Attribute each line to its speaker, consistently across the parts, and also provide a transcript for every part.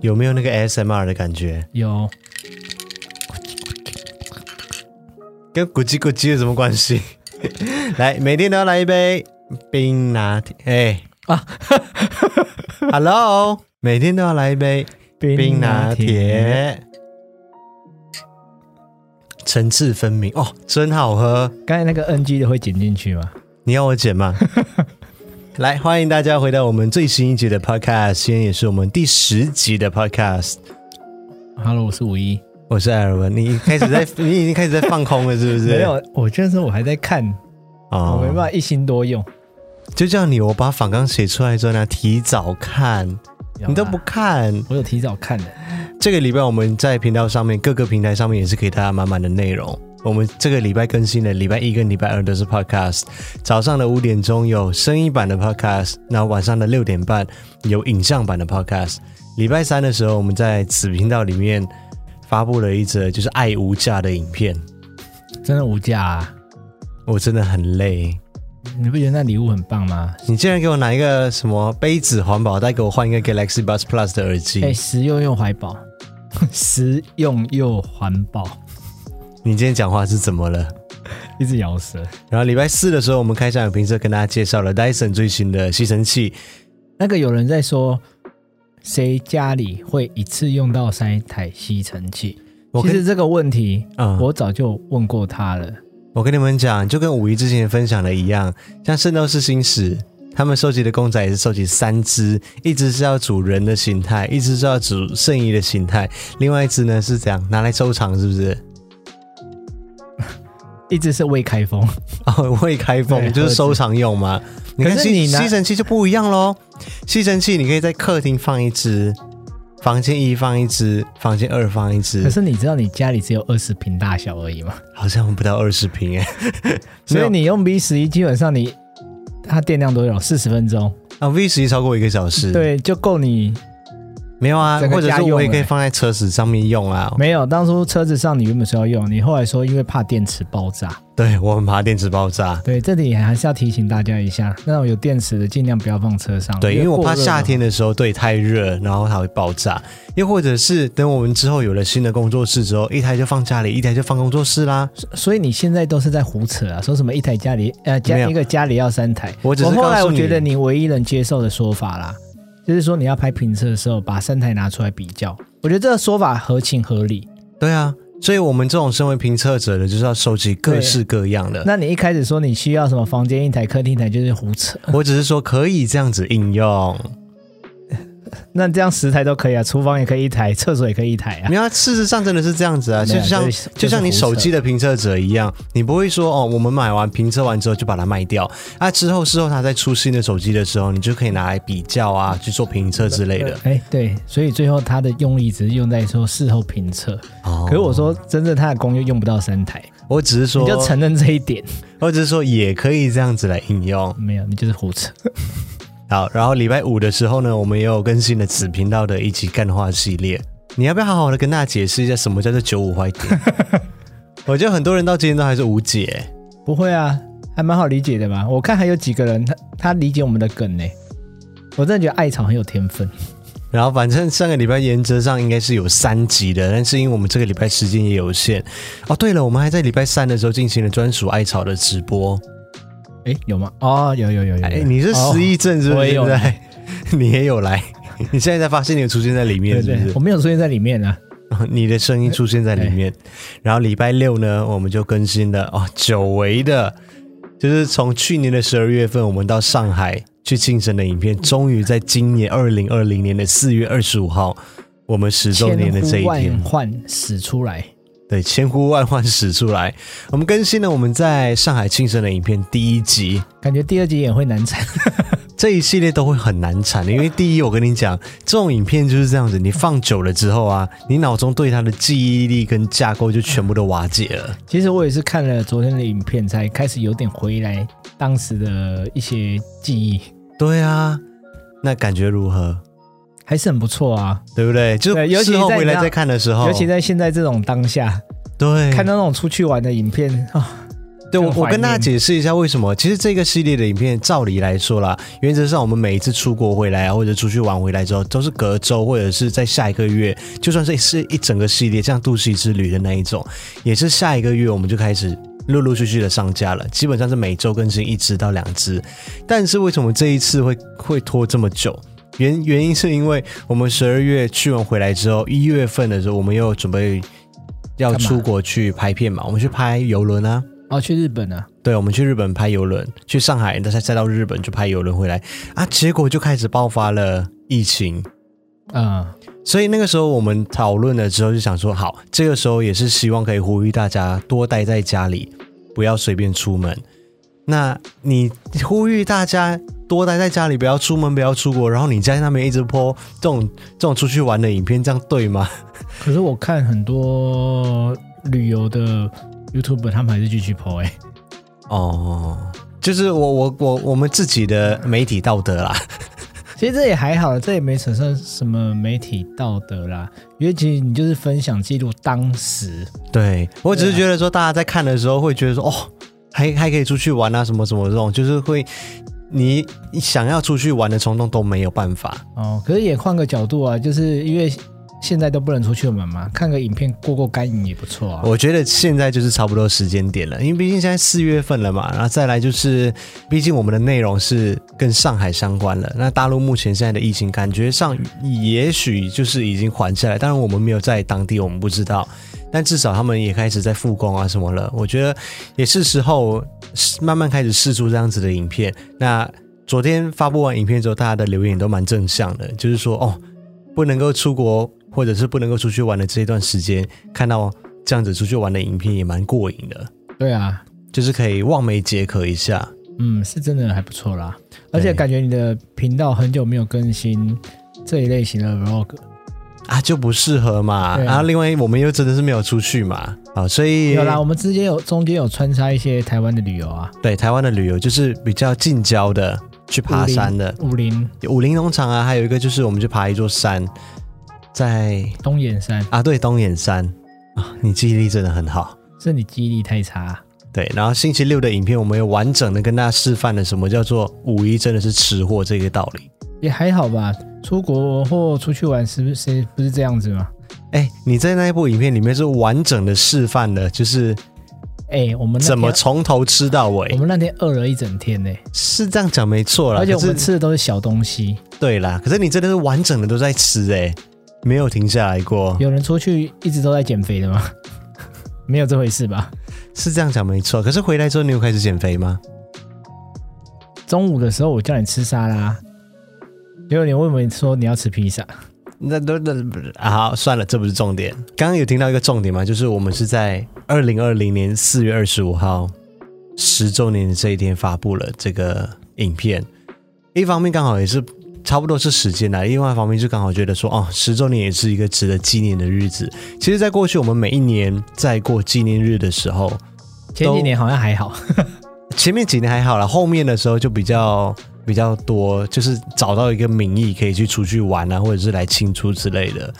Speaker 1: 有没有那个 ASMR 的感觉？
Speaker 2: 有
Speaker 1: 跟咕叽咕叽有什么关系？ 来，每天都要来一杯冰拿铁。哎、
Speaker 2: 啊
Speaker 1: Hello，每天都要来一杯冰拿铁，层次分明哦，真好喝。
Speaker 2: 刚才那个 NG 的会剪进去吗？
Speaker 1: 你要我剪 吗？来，欢迎大家回到我们最新一集的 Podcast，今天也是我们第十集的 Podcast。
Speaker 2: Hello，我是五一。
Speaker 1: 我是艾尔文，你开始在， 你已经开始在放空了，是不是？
Speaker 2: 没有，我那时候我还在看，
Speaker 1: 哦
Speaker 2: 我没办法一心多用。
Speaker 1: 就叫你，我把访纲写出来之后呢，提早看，
Speaker 2: 有啦
Speaker 1: 你都不，看。
Speaker 2: 啊我有提早看的。
Speaker 1: 这个礼拜我们在频道上面各个平台上面也是给大家满满的内容。我们这个礼拜更新的，礼拜一跟礼拜二都是 podcast，早上的五点钟有声音版的 podcast，那晚上的六点半有影像版的 podcast。礼拜三的时候，我们在子频道里面发布了一则就是爱无价的影片。
Speaker 2: 真的无价、啊。
Speaker 1: 我真的很累，
Speaker 2: 你不觉得那礼物很棒吗？
Speaker 1: 你竟然给我拿一个什么杯子环保袋，给我换一个 Galaxy Buds Plus 的耳机。
Speaker 2: 哎、实用又环 保，实用又环保，
Speaker 1: 你今天讲话是怎么了？
Speaker 2: 一直咬舌。
Speaker 1: 然后礼拜四的时候，我们开箱有评测跟大家介绍了 Dyson 最新的吸尘器，
Speaker 2: 那个有人在说，谁家里会一次用到三台吸尘器？
Speaker 1: 我
Speaker 2: 其
Speaker 1: 跟
Speaker 2: 实这个问题，
Speaker 1: 嗯
Speaker 2: 我早就问过他了。
Speaker 1: 我跟你们讲，就跟五一之前分享的一样，像《圣斗士星矢》，他们收集的公仔也是收集三只，一只是要煮人的形态，一只是要煮圣衣的形态，另外一只呢是怎样拿来收藏，是不是？
Speaker 2: 一直是未开封，
Speaker 1: 哦，未开封
Speaker 2: 对
Speaker 1: 就是收藏用嘛。你看
Speaker 2: 可是
Speaker 1: 吸
Speaker 2: 你拿
Speaker 1: 吸尘器就不一样喽，吸尘器你可以在客厅放一只，房间一放一只，房间二放一只
Speaker 2: 可，是你知道你家里只有二十平大小而已吗？
Speaker 1: 好像不到二十平 哎。没
Speaker 2: 所
Speaker 1: 有
Speaker 2: 以你用 V 十一，基本上你它电量多久？四十分钟，
Speaker 1: 啊，V 十一超过一个小时，，
Speaker 2: 对，就够你
Speaker 1: 没有啊，
Speaker 2: 整个
Speaker 1: 或者
Speaker 2: 家
Speaker 1: 是我也
Speaker 2: 用
Speaker 1: 可以
Speaker 2: 欸
Speaker 1: 放在车子上面用啊。
Speaker 2: 没有。当初车子上你原本是要用，你后来说因为怕电池爆炸，
Speaker 1: 对我很怕电池爆炸，
Speaker 2: 对，这里还是要提醒大家一下，那种有电池的尽量不要放车上，
Speaker 1: 对，因为我
Speaker 2: 过
Speaker 1: 怕
Speaker 2: 热
Speaker 1: 夏
Speaker 2: 了
Speaker 1: 天的时候对太热，然后它会爆炸。又或者是等我们之后有了新的工作室之后，一台就放家里，一台就放工作室啦。
Speaker 2: 所以你现在都是在胡扯啊，说什么一台家里呃家
Speaker 1: 没有
Speaker 2: 一个家里要三台，
Speaker 1: 我只是
Speaker 2: 后
Speaker 1: 告
Speaker 2: 来
Speaker 1: 诉
Speaker 2: 我
Speaker 1: 你
Speaker 2: 觉得你唯一能接受的说法啦，就是说你要拍评测的时候把三台拿出来比较，我觉得这个说法合情合理。
Speaker 1: 对啊，所以我们这种身为评测者的，就是要收集各式各样的。
Speaker 2: 那你一开始说你需要什么房间一台、客厅一台，就是 胡扯。
Speaker 1: 我只是说可以这样子应用，
Speaker 2: 那这样十台都可以啊，厨房也可以一台，厕所也可以 一台啊
Speaker 1: 没。有啊，事实上真的是这样子啊，
Speaker 2: 没
Speaker 1: 就
Speaker 2: 有
Speaker 1: 像
Speaker 2: 这是
Speaker 1: 就像你手机的评测者一样，你不会说哦，我们买完评测完之后就把它卖掉啊，之后事后它再出新的手机的时候，你就可以拿来比较啊，去做评测之类的。
Speaker 2: 哎，对，所以最后它的用力只是用在说事后评测，
Speaker 1: 哦
Speaker 2: 可是我说真正它的功用用不到三台，
Speaker 1: 我只是
Speaker 2: 你
Speaker 1: 说，
Speaker 2: 就承认这 一点，
Speaker 1: 我只是说也可以这样子来应用。
Speaker 2: 没有，你就是胡扯。
Speaker 1: 好，然后礼拜五的时候呢，我们也有更新了子频道的一集干话系列。你要不要好好的跟大家解释一下什么叫做九五坏 点？我觉得很多人到今天都还是无解。
Speaker 2: 不会啊，还蛮好理解的吧？我看还有几个人他他理解我们的梗呢、我真的觉得艾草很有天分，
Speaker 1: 然后反正上个礼拜原则上应该是有三集的，但是因为我们这个礼拜时间也有限。哦，对了，我们还在礼拜三的时候进行了专属艾草的直播。
Speaker 2: 哎，有吗？哦，有有有有哦
Speaker 1: 哎，你是失忆症是不
Speaker 2: 我
Speaker 1: 是？对
Speaker 2: 也有
Speaker 1: 不对？你哦也有来， 你现在才发现你有出现在里面，
Speaker 2: 对
Speaker 1: 是不是，
Speaker 2: 对我？没有出现在里面啊。
Speaker 1: 你的声音出现在里面。然后礼拜六呢，我们就更新了哦，久违的，就是从去年的十二月份，我们到上海去庆生的影片，终于在今年二零二零年的四月二十五号，我们十周年的这
Speaker 2: 千
Speaker 1: 一
Speaker 2: 呼
Speaker 1: 天
Speaker 2: 万，唤始出来，
Speaker 1: 对，千呼万唤始出来，我们更新了我们在上海庆生的影片第一集。
Speaker 2: 感觉第二集也会难产。
Speaker 1: 这一系列都会很难产的，因为第一，我跟你讲，这种影片就是这样子，你放久了之后啊，你脑中对它的记忆力跟架构就全部都瓦解了。
Speaker 2: 其实我也是看了昨天的影片，才开始有点回来当时的一些记忆，
Speaker 1: 对啊，那感觉如何？
Speaker 2: 还是很不错啊。
Speaker 1: 对不对？就
Speaker 2: 对尤
Speaker 1: 是
Speaker 2: 其
Speaker 1: 事后
Speaker 2: 在
Speaker 1: 回来
Speaker 2: 那
Speaker 1: 再看的时候，
Speaker 2: 尤其在现在这种当下，
Speaker 1: 对
Speaker 2: 看到那种出去玩的影片啊、
Speaker 1: 对我，
Speaker 2: 更
Speaker 1: 我
Speaker 2: 怀
Speaker 1: 跟大家
Speaker 2: 念
Speaker 1: 解释一下为什么。其实这个系列的影片，照理来说啦，原则上我们每一次出国回来啊，或者出去玩回来之后，都是隔周或者是在下一个月，就算是是一整个系列，像杜西之旅的那一种，也是下一个月我们就开始陆陆续续的上架了，基本上是每周更新一支到两支。但是为什么这一次会会拖这么久？原原因是因为我们十二月去完回来之后，一月份的时候，我们又准备要
Speaker 2: 干嘛
Speaker 1: 出国去拍片嘛，我们去拍游轮啊。
Speaker 2: 哦，去日本啊，
Speaker 1: 对，我们去日本拍游轮，去上海，再再到日本就拍游轮回来啊，结果就开始爆发了疫情。
Speaker 2: 嗯，
Speaker 1: 所以那个时候我们讨论了之后，就想说，好，这个时候也是希望可以呼吁大家多待在家里，不要随便出门。那你呼吁大家多待在家里，不要出门，不要出国，然后你在那边一直播这种这种出去玩的影片，这样对吗？
Speaker 2: 可是我看很多旅游的 YouTube，他们还是继续 PO 哎、
Speaker 1: 哦，就是我我我我们自己的媒体道德啦。
Speaker 2: 其实这也还好，这也没扯上什么媒体道德啦，因为其实你就是分享记录当时，
Speaker 1: 对我只是觉得说，大家在看的时候会觉得说，哦，还还可以出去玩啊，什么什么这种，就是会你想要出去玩的冲动都没有办法。
Speaker 2: 哦，可是也换个角度啊，就是因为现在都不能出去玩嘛，看个影片过过干瘾也不错啊。
Speaker 1: 我觉得现在就是差不多时间点了，因为毕竟现在四月份了嘛，然后再来就是，毕竟我们的内容是跟上海相关了。那大陆目前现在的疫情，感觉上也许就是已经缓下来，当然我们没有在当地，我们不知道。但至少他们也开始在复工啊什么了，我觉得也是时候慢慢开始试出这样子的影片。那昨天发布完影片之后，大家的留言都蛮正向的，就是说哦，不能够出国或者是不能够出去玩的这一段时间，看到这样子出去玩的影片也蛮过瘾的，
Speaker 2: 对啊，
Speaker 1: 就是可以望梅解渴一下。
Speaker 2: 嗯，是真的还不错啦，而
Speaker 1: 对
Speaker 2: 且感觉你的频道很久没有更新这一类型的 vlog，
Speaker 1: 啊，就不适合嘛。
Speaker 2: 对啊
Speaker 1: 然后另外我们又真的是没有出去嘛，啊，所以
Speaker 2: 有啦，我们之间有中间有穿插一些台湾的旅游啊，
Speaker 1: 对台湾的旅游就是比较近郊的，去爬山的，
Speaker 2: 武林
Speaker 1: 武陵农场啊，还有一个就是我们去爬一座山，在
Speaker 2: 东眼山，
Speaker 1: 啊对东眼山啊，你记忆力真的很好。
Speaker 2: 是你记忆力太差啊、
Speaker 1: 对，然后星期六的影片，我们有完整的跟大家示范了什么叫做五一真的是吃货这个道理。
Speaker 2: 也还好吧。出国或出去玩，是不是不是这样子吗？
Speaker 1: 哎、你在那一部影片里面是完整的示范了，就是
Speaker 2: 哎、我们那天
Speaker 1: 怎么从头吃到
Speaker 2: 我
Speaker 1: 尾，
Speaker 2: 们那天饿了一整天呢、
Speaker 1: 是这样讲没错啦。
Speaker 2: 而且我
Speaker 1: 可
Speaker 2: 们
Speaker 1: 是
Speaker 2: 吃的都是小东西。
Speaker 1: 对啦，可是你真的是完整的都在吃哎、没有停下来过，
Speaker 2: 有人出去一直都在减肥的吗？ 没有这回事吧？
Speaker 1: 是这样讲没错。可是回来之后，你有开始减肥吗？
Speaker 2: 中午的时候我叫你吃沙拉，结果你问我说你要吃披萨，
Speaker 1: 那那那啊，好，算了，这不是重点。刚刚有听到一个重点嘛，就是我们是在二零二零年四月二十五号十周年的这一天发布了这个影片。一方面刚好也是差不多是时间啦，另外一方面就刚好觉得说，哦，十周年也是一个值得纪念的日子。其实，在过去我们每一年在过纪念日的时候，
Speaker 2: 前几年好像还好，
Speaker 1: 前面几年还好啦，后面的时候就比较比较多，就是找到一个名义可以去出去玩啊，或者是来庆祝之类的。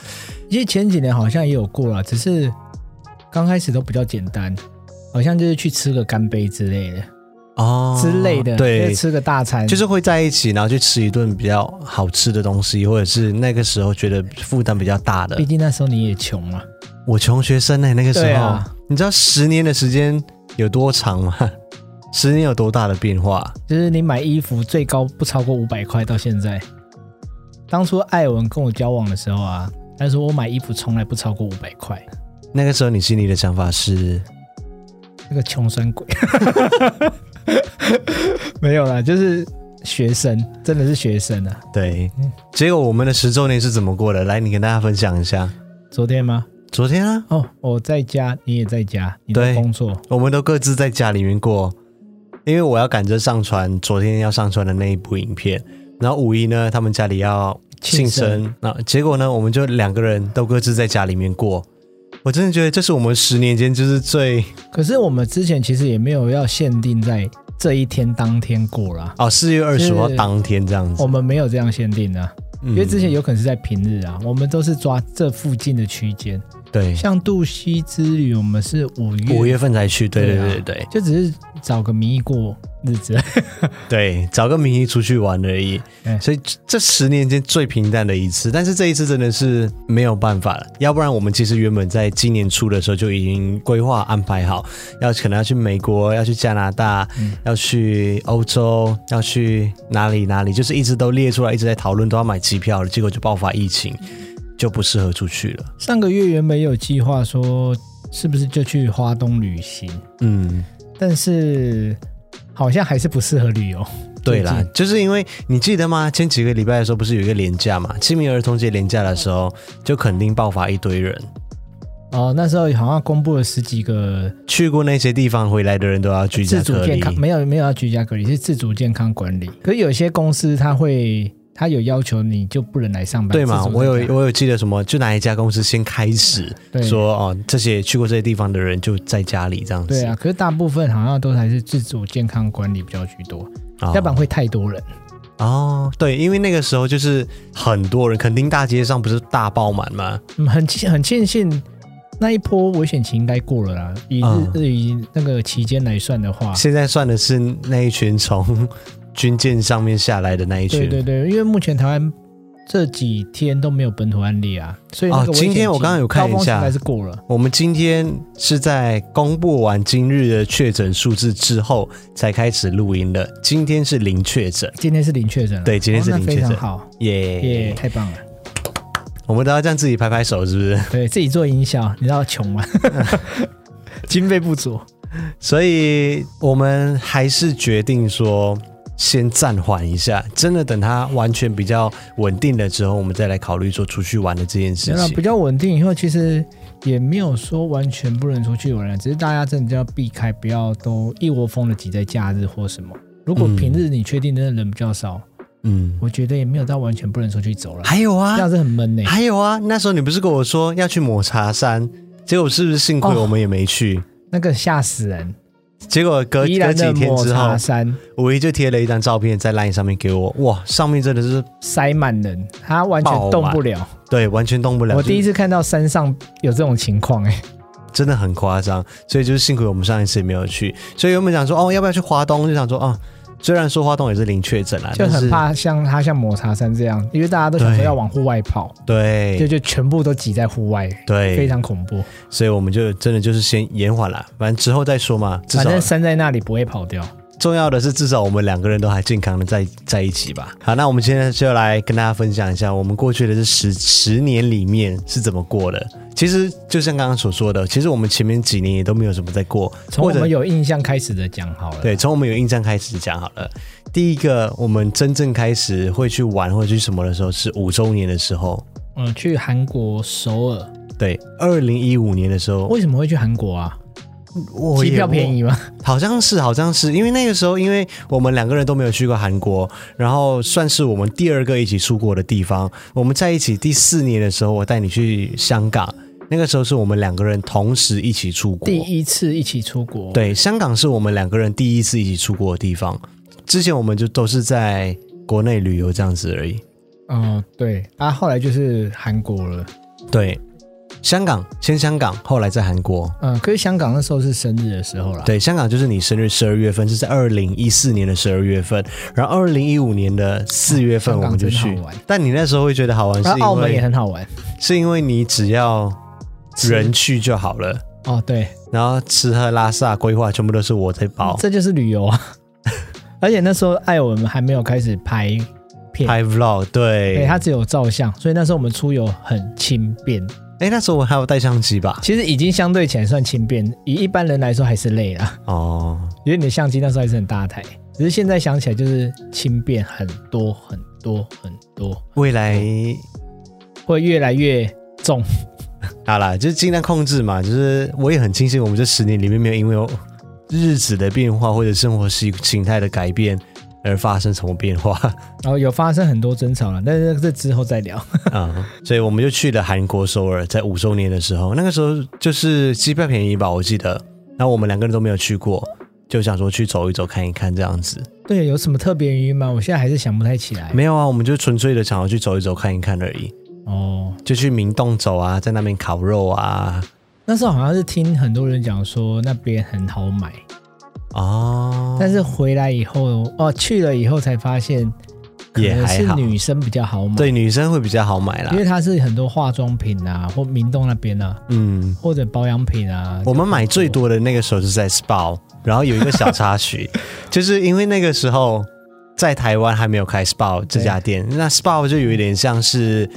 Speaker 2: 其实前几年好像也有过啦，只是刚开始都比较简单，好像就是去吃个干杯之类的、
Speaker 1: 哦
Speaker 2: 之类的，就是
Speaker 1: 对，
Speaker 2: 吃个大餐，
Speaker 1: 就是会在一起，然后去吃一顿比较好吃的东西，或者是那个时候觉得负担比较大的
Speaker 2: 毕。竟那时候你也穷啊。
Speaker 1: 我穷学生呢、欸那个时
Speaker 2: 对
Speaker 1: 候，
Speaker 2: 啊
Speaker 1: 你知道十年的时间有多长吗？ 十年有多大的变化？
Speaker 2: 就是你买衣服最高不超过五百块，到现在。当初艾文跟我交往的时候啊，他说我买衣服从来不超过五百块，
Speaker 1: 那个时候你心里的想法是，
Speaker 2: 那个穷酸鬼。 没有啦，就是学生，真的是学生啊。
Speaker 1: 对。结果我们的十周年是怎么过的？来，你跟大家分享一下。
Speaker 2: 昨天吗？
Speaker 1: 昨天啊，
Speaker 2: 哦，我在家，你也在家，你
Speaker 1: 对
Speaker 2: 在工作。
Speaker 1: 我们都各自在家里面过，因为我要赶着上传昨天要上传的那一部影片，然后五一呢，他们家里要庆
Speaker 2: 庆
Speaker 1: 生，那结果呢，我们就两个人都各自在家里面过。我真的觉得这是我们十年间就是最
Speaker 2: 可是我们之前其实也没有要限定在这一天当天过啦，
Speaker 1: 哦，四月二十号
Speaker 2: 是哦
Speaker 1: 当天这样子嗯
Speaker 2: 我，们没有这样限定的、啊。
Speaker 1: 因
Speaker 2: 因为之前有可能是在平日啊，我们都是抓这附近的区间，
Speaker 1: 对，
Speaker 2: 像杜西之旅，我们是五月，
Speaker 1: 五月份才去，对对
Speaker 2: 对啊
Speaker 1: 对对对
Speaker 2: 就只是找个名义过日子。
Speaker 1: 对，找个名义出去玩而已。
Speaker 2: 嗯
Speaker 1: 所以这十年间最平淡的一次，但是这一次真的是没有办法了。要不然我们其实原本在今年初的时候就已经规划安排好，要可能要去美国，要去加拿大，要去欧洲，要去哪里哪里，就是一直都列出来，一直在讨论都要买机票了，结果就爆发疫情，就不适合出去了。
Speaker 2: 上个月原本有计划说，是不是就去花东旅行，
Speaker 1: 嗯。
Speaker 2: 但是好像还是不适合旅游。
Speaker 1: 对啦就
Speaker 2: 最，
Speaker 1: 是因为你记得吗？前几个礼拜的时候，不是有一个廉假嘛？清明儿童节廉假的时候，就肯定爆发一堆人。
Speaker 2: 哦，那时候好像公布了十几个
Speaker 1: 去过那些地方回来的人都要居家
Speaker 2: 自主
Speaker 1: 隔
Speaker 2: 健
Speaker 1: 离。
Speaker 2: 康，没有没有要居家隔离，是自主健康管理。可是有些公司它会，它有要求你就不能来上班。
Speaker 1: 对嘛？
Speaker 2: 自主
Speaker 1: 我有
Speaker 2: 在家
Speaker 1: 我有记得什么？就哪一家公司先开始
Speaker 2: 对
Speaker 1: 说哦，这些去过这些地方的人就在家里这样子。
Speaker 2: 对啊，可是大部分好像都还是自主健康管理比较居多，
Speaker 1: 哦，
Speaker 2: 要不然会太多人。
Speaker 1: 哦，对，因为那个时候就是很多人，垦丁大街上不是大爆满吗？
Speaker 2: 嗯，很庆很庆幸那一波危险期应该过了啦。以日、呃
Speaker 1: 嗯
Speaker 2: 以那个期间来算的话，
Speaker 1: 现在算的是那一群从军舰上面下来的那一群。
Speaker 2: 对对对，因为目前台湾这几天都没有本土案例啊，所以那
Speaker 1: 哦
Speaker 2: 个危险
Speaker 1: 今天我
Speaker 2: 期
Speaker 1: 刚刚有看一
Speaker 2: 高峰期
Speaker 1: 下
Speaker 2: 应该是过了。
Speaker 1: 我们今天是在公布完今日的确诊数字之后才开始录音的。今天是零确诊，
Speaker 2: 今天是零确诊了，
Speaker 1: 对今天是
Speaker 2: 哦那
Speaker 1: 零确诊哎
Speaker 2: 非常好，
Speaker 1: 耶、
Speaker 2: 耶、太棒了！
Speaker 1: 我们都要这样自己拍拍手，是不是？
Speaker 2: 对自己做营销，你知道穷吗？ 经费不足，
Speaker 1: 所以我们还是决定说，先暂缓一下，真的等它完全比较稳定了之后，我们再来考虑说出去玩的这件事
Speaker 2: 然后
Speaker 1: 情
Speaker 2: 比。较稳定以后，其实也没有说完全不能出去玩了，啊只是大家真的要避开，不要都一窝蜂的挤在假日或什么。如果
Speaker 1: 嗯
Speaker 2: 平日你确定真的人比较少，
Speaker 1: 嗯，
Speaker 2: 我觉得也没有到完全不能出去走了，
Speaker 1: 还有
Speaker 2: 这
Speaker 1: 啊
Speaker 2: 样，是很闷呢、
Speaker 1: 还有啊，那时候你不是跟我说要去抹茶山，结果是不是幸亏
Speaker 2: 哦
Speaker 1: 我们也没去？
Speaker 2: 那个吓死人！
Speaker 1: 结果隔
Speaker 2: 宜
Speaker 1: 隔
Speaker 2: 兰
Speaker 1: 几
Speaker 2: 的
Speaker 1: 天
Speaker 2: 抹
Speaker 1: 之后
Speaker 2: 茶，山
Speaker 1: 五一就贴了一张照片在 LINE 上面给我，哇，上面真的是
Speaker 2: 塞满人，他完全
Speaker 1: 爆
Speaker 2: 动
Speaker 1: 满
Speaker 2: 不了。
Speaker 1: 对完全动不了，
Speaker 2: 我第一
Speaker 1: 就是
Speaker 2: 次看到山上有这种情况、哎，
Speaker 1: 真的很夸张，所以就是幸亏我们上一次也没有去，所以原本想说哦要不要去华东，就想说啊、虽然说华东也是零确诊啦，
Speaker 2: 就
Speaker 1: 啊但
Speaker 2: 很
Speaker 1: 是
Speaker 2: 怕像他像抹茶山这样，因为大家都想说
Speaker 1: 对
Speaker 2: 要往户外跑，就
Speaker 1: 对
Speaker 2: 就全部都挤在户外，非
Speaker 1: 对，
Speaker 2: 常恐怖。
Speaker 1: 所以我们就真的就是先延缓了，反正之后再说嘛，至
Speaker 2: 反
Speaker 1: 少
Speaker 2: 正山在那里不会跑掉。
Speaker 1: 重要的是至少我们两个人都还健康的在在一起吧。好，那我们现在就来跟大家分享一下我们过去的这十十年里面是怎么过的。其实就像刚刚所说的，其实我们前面几年也都没有什么在过，
Speaker 2: 从我
Speaker 1: 或者
Speaker 2: 们有印象开始的讲好了。
Speaker 1: 对，从我们有印象开始讲好了。第一个，我们真正开始会去玩或者去什么的时候是五周年的时候。
Speaker 2: 嗯，去韩国首尔，
Speaker 1: 对，二零一五年的时候，
Speaker 2: 为什么会去韩国啊？
Speaker 1: 我
Speaker 2: 机票便
Speaker 1: 宜，
Speaker 2: 宜吗？
Speaker 1: 好像是，好像是，因为那个时候，因为我们两个人都没有去过韩国，然后算是我们第二个一起出国的地方。我们在一起第四年的时候，我带你去香港，那个时候是我们两个人同时一起出国，
Speaker 2: 第一次一起出国，，
Speaker 1: 对，香港是我们两个人第一次一起出国的地方。之前我们就都是在国内旅游这样子而已。
Speaker 2: 嗯，对，啊，后来就是韩国了，
Speaker 1: 对，香港先香港，后来在韩国。
Speaker 2: 嗯，可是香港那时候是生日的时候啦，，
Speaker 1: 对，香港就是你生日十二月份，是在二零一四年的十二月份，然后二零一五年的四月份
Speaker 2: 香
Speaker 1: 我
Speaker 2: 港
Speaker 1: 们就
Speaker 2: 真好
Speaker 1: 去。
Speaker 2: 玩，
Speaker 1: 但你那时候会觉得好玩，是
Speaker 2: 然后澳
Speaker 1: 因
Speaker 2: 门也
Speaker 1: 为
Speaker 2: 很好玩，
Speaker 1: 是因为你只要
Speaker 2: 吃
Speaker 1: 人去就好了，
Speaker 2: 哦，对，
Speaker 1: 然后吃喝拉撒规划全部都是我在包，
Speaker 2: 这就是 旅游啊，而且那时候艾文还没有开始拍片，
Speaker 1: 拍 vlog
Speaker 2: 对
Speaker 1: 对。
Speaker 2: 他只有照相，所以那时候我们出游很轻便，
Speaker 1: 哎，那时候我还有带相机吧？
Speaker 2: 其实已经相对起来算轻便，以一般人来说还是累啦。
Speaker 1: 哦，
Speaker 2: 因为你的相机那时候还是很大台，只是现在想起来就是轻便很多很多很多，
Speaker 1: 未来
Speaker 2: 会越来越重。
Speaker 1: 好啦，就是尽量控制嘛。就是我也很庆幸，我们这十年里面没有因为日子的变化或者生活习形态的改变而发生什么变化
Speaker 2: 然后有发生很多争吵了，但是这之后再聊。
Speaker 1: 啊、所以我们就去了韩国首尔，在五周年的时候，那个时候就是机票便宜吧，我记得。然后我们两个人都没有去过，就想说去走一走、看一看这样子。
Speaker 2: 对，有什么特别原因吗？我现在还是想不太起来。
Speaker 1: 没有啊，我们就纯粹的想要去走一走、看一看而已。
Speaker 2: 哦，
Speaker 1: 就去明洞走啊，在那边烤肉啊。
Speaker 2: 那时候好像是听很多人讲说那边很好买，
Speaker 1: 哦，
Speaker 2: 但是回来以后，哦，去了以后才发现，可
Speaker 1: 也
Speaker 2: 能
Speaker 1: 还
Speaker 2: 是
Speaker 1: 好
Speaker 2: 女生比较好买，
Speaker 1: 对，女生会比较好买啦
Speaker 2: 因。为它是很多化妆品啊，或明洞那边啊，
Speaker 1: 嗯，
Speaker 2: 或者保养品啊，
Speaker 1: 我们买最多的那个时候是在 SPA，然后有一个小插 曲，就是因为那个时候在台湾还没有开 SPA 这家店，那 SPA 就有一点像是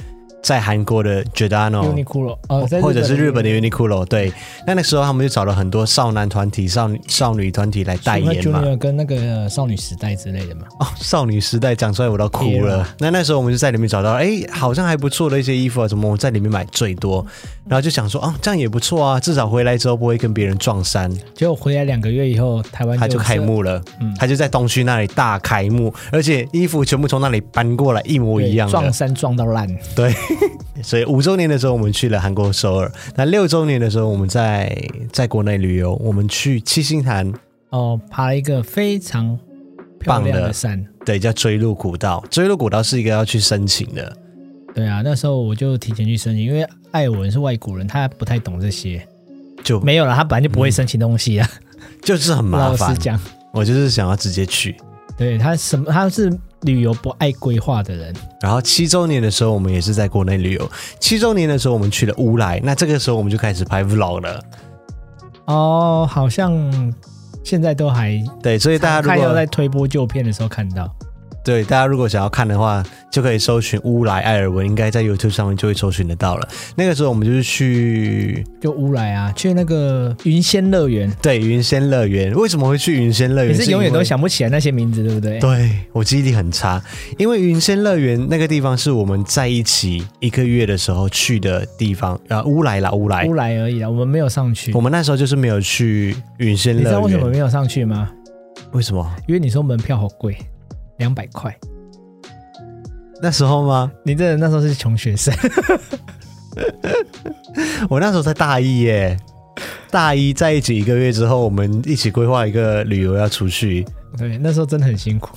Speaker 1: 在韩国的 Giordano。
Speaker 2: Uniqlo 哦，在
Speaker 1: 或者是日本
Speaker 2: 本
Speaker 1: 的 Uniqlo，对，那那时候他们就找了很多少男团体、少女少女团体来代言嘛。
Speaker 2: Junior 跟那个少女时代之类的嘛，
Speaker 1: 哦， 少女时代讲出来我都哭了
Speaker 2: Era。
Speaker 1: 那那时候我们就在里面找到，哎，好像还不错的一些衣服啊，什么我在里面买最多，然后就想说，哦，这样也不错啊，至少回来之后不会跟别人撞衫。
Speaker 2: 结果回来两个月以后，台湾
Speaker 1: 他就开幕了，
Speaker 2: 嗯
Speaker 1: 他就在东区那里大开幕，而且衣服全部从那里搬过来，一模
Speaker 2: 不
Speaker 1: 一样
Speaker 2: 撞
Speaker 1: 的。
Speaker 2: 衫撞到烂，
Speaker 1: 对，所以五周年的时候我们去了韩国首尔，那六周年的时候我们在在国内旅游，我们去七星潭，
Speaker 2: 哦，爬了一个非常漂
Speaker 1: 棒
Speaker 2: 亮
Speaker 1: 的
Speaker 2: 的山。
Speaker 1: 对，叫追鹿古道。追鹿古道是一个要去申请的，
Speaker 2: 对啊，那时候我就提前去申请，因为艾文是外国人，他不太懂这些。
Speaker 1: 就
Speaker 2: 没有了，他本来就不会申请东西啊。
Speaker 1: 就是很嗯麻
Speaker 2: 老实
Speaker 1: 烦。
Speaker 2: 讲，
Speaker 1: 我就是想要直接去。
Speaker 2: 对他什么，他是旅游不爱规划的人。
Speaker 1: 然后七周年的时候，我们也是在国内旅游。七周年的时候，我们去了乌来，那这个时候我们就开始拍 vlog 了。
Speaker 2: 哦，好像现在都还，
Speaker 1: 对，所以大家
Speaker 2: 看
Speaker 1: 如
Speaker 2: 又
Speaker 1: 果
Speaker 2: 在推播旧片的时候看到。
Speaker 1: 对，大家如果想要看的话，就可以搜寻乌来艾尔文，应该在 YouTube 上面就会搜寻得到了。那个时候我们就是去
Speaker 2: 就乌来啊，去那个云仙乐园，
Speaker 1: 对云仙乐园，为什么会去云仙乐
Speaker 2: 你
Speaker 1: 园？
Speaker 2: 是永远
Speaker 1: 因为
Speaker 2: 都。想不起来那些名字，对不对？
Speaker 1: 对我记忆力很差，因为云仙乐园那个地方是我们在一起一个月的时候去的地方，呃，乌来啦，乌来
Speaker 2: 乌。来而已啦，我们没有上去
Speaker 1: 我。们那时候就是没有去云仙
Speaker 2: 你知
Speaker 1: 乐
Speaker 2: 道为什么
Speaker 1: 园，
Speaker 2: 没有上去吗？
Speaker 1: 为什么？
Speaker 2: 因为你说门票好贵，两百块。
Speaker 1: 那时候吗？
Speaker 2: 你这人那时候是穷学生，
Speaker 1: 我那时候才大一耶，大一在一起一个月之后，我们一起规划一个旅游要出去，
Speaker 2: 对，那时候真的很辛 苦。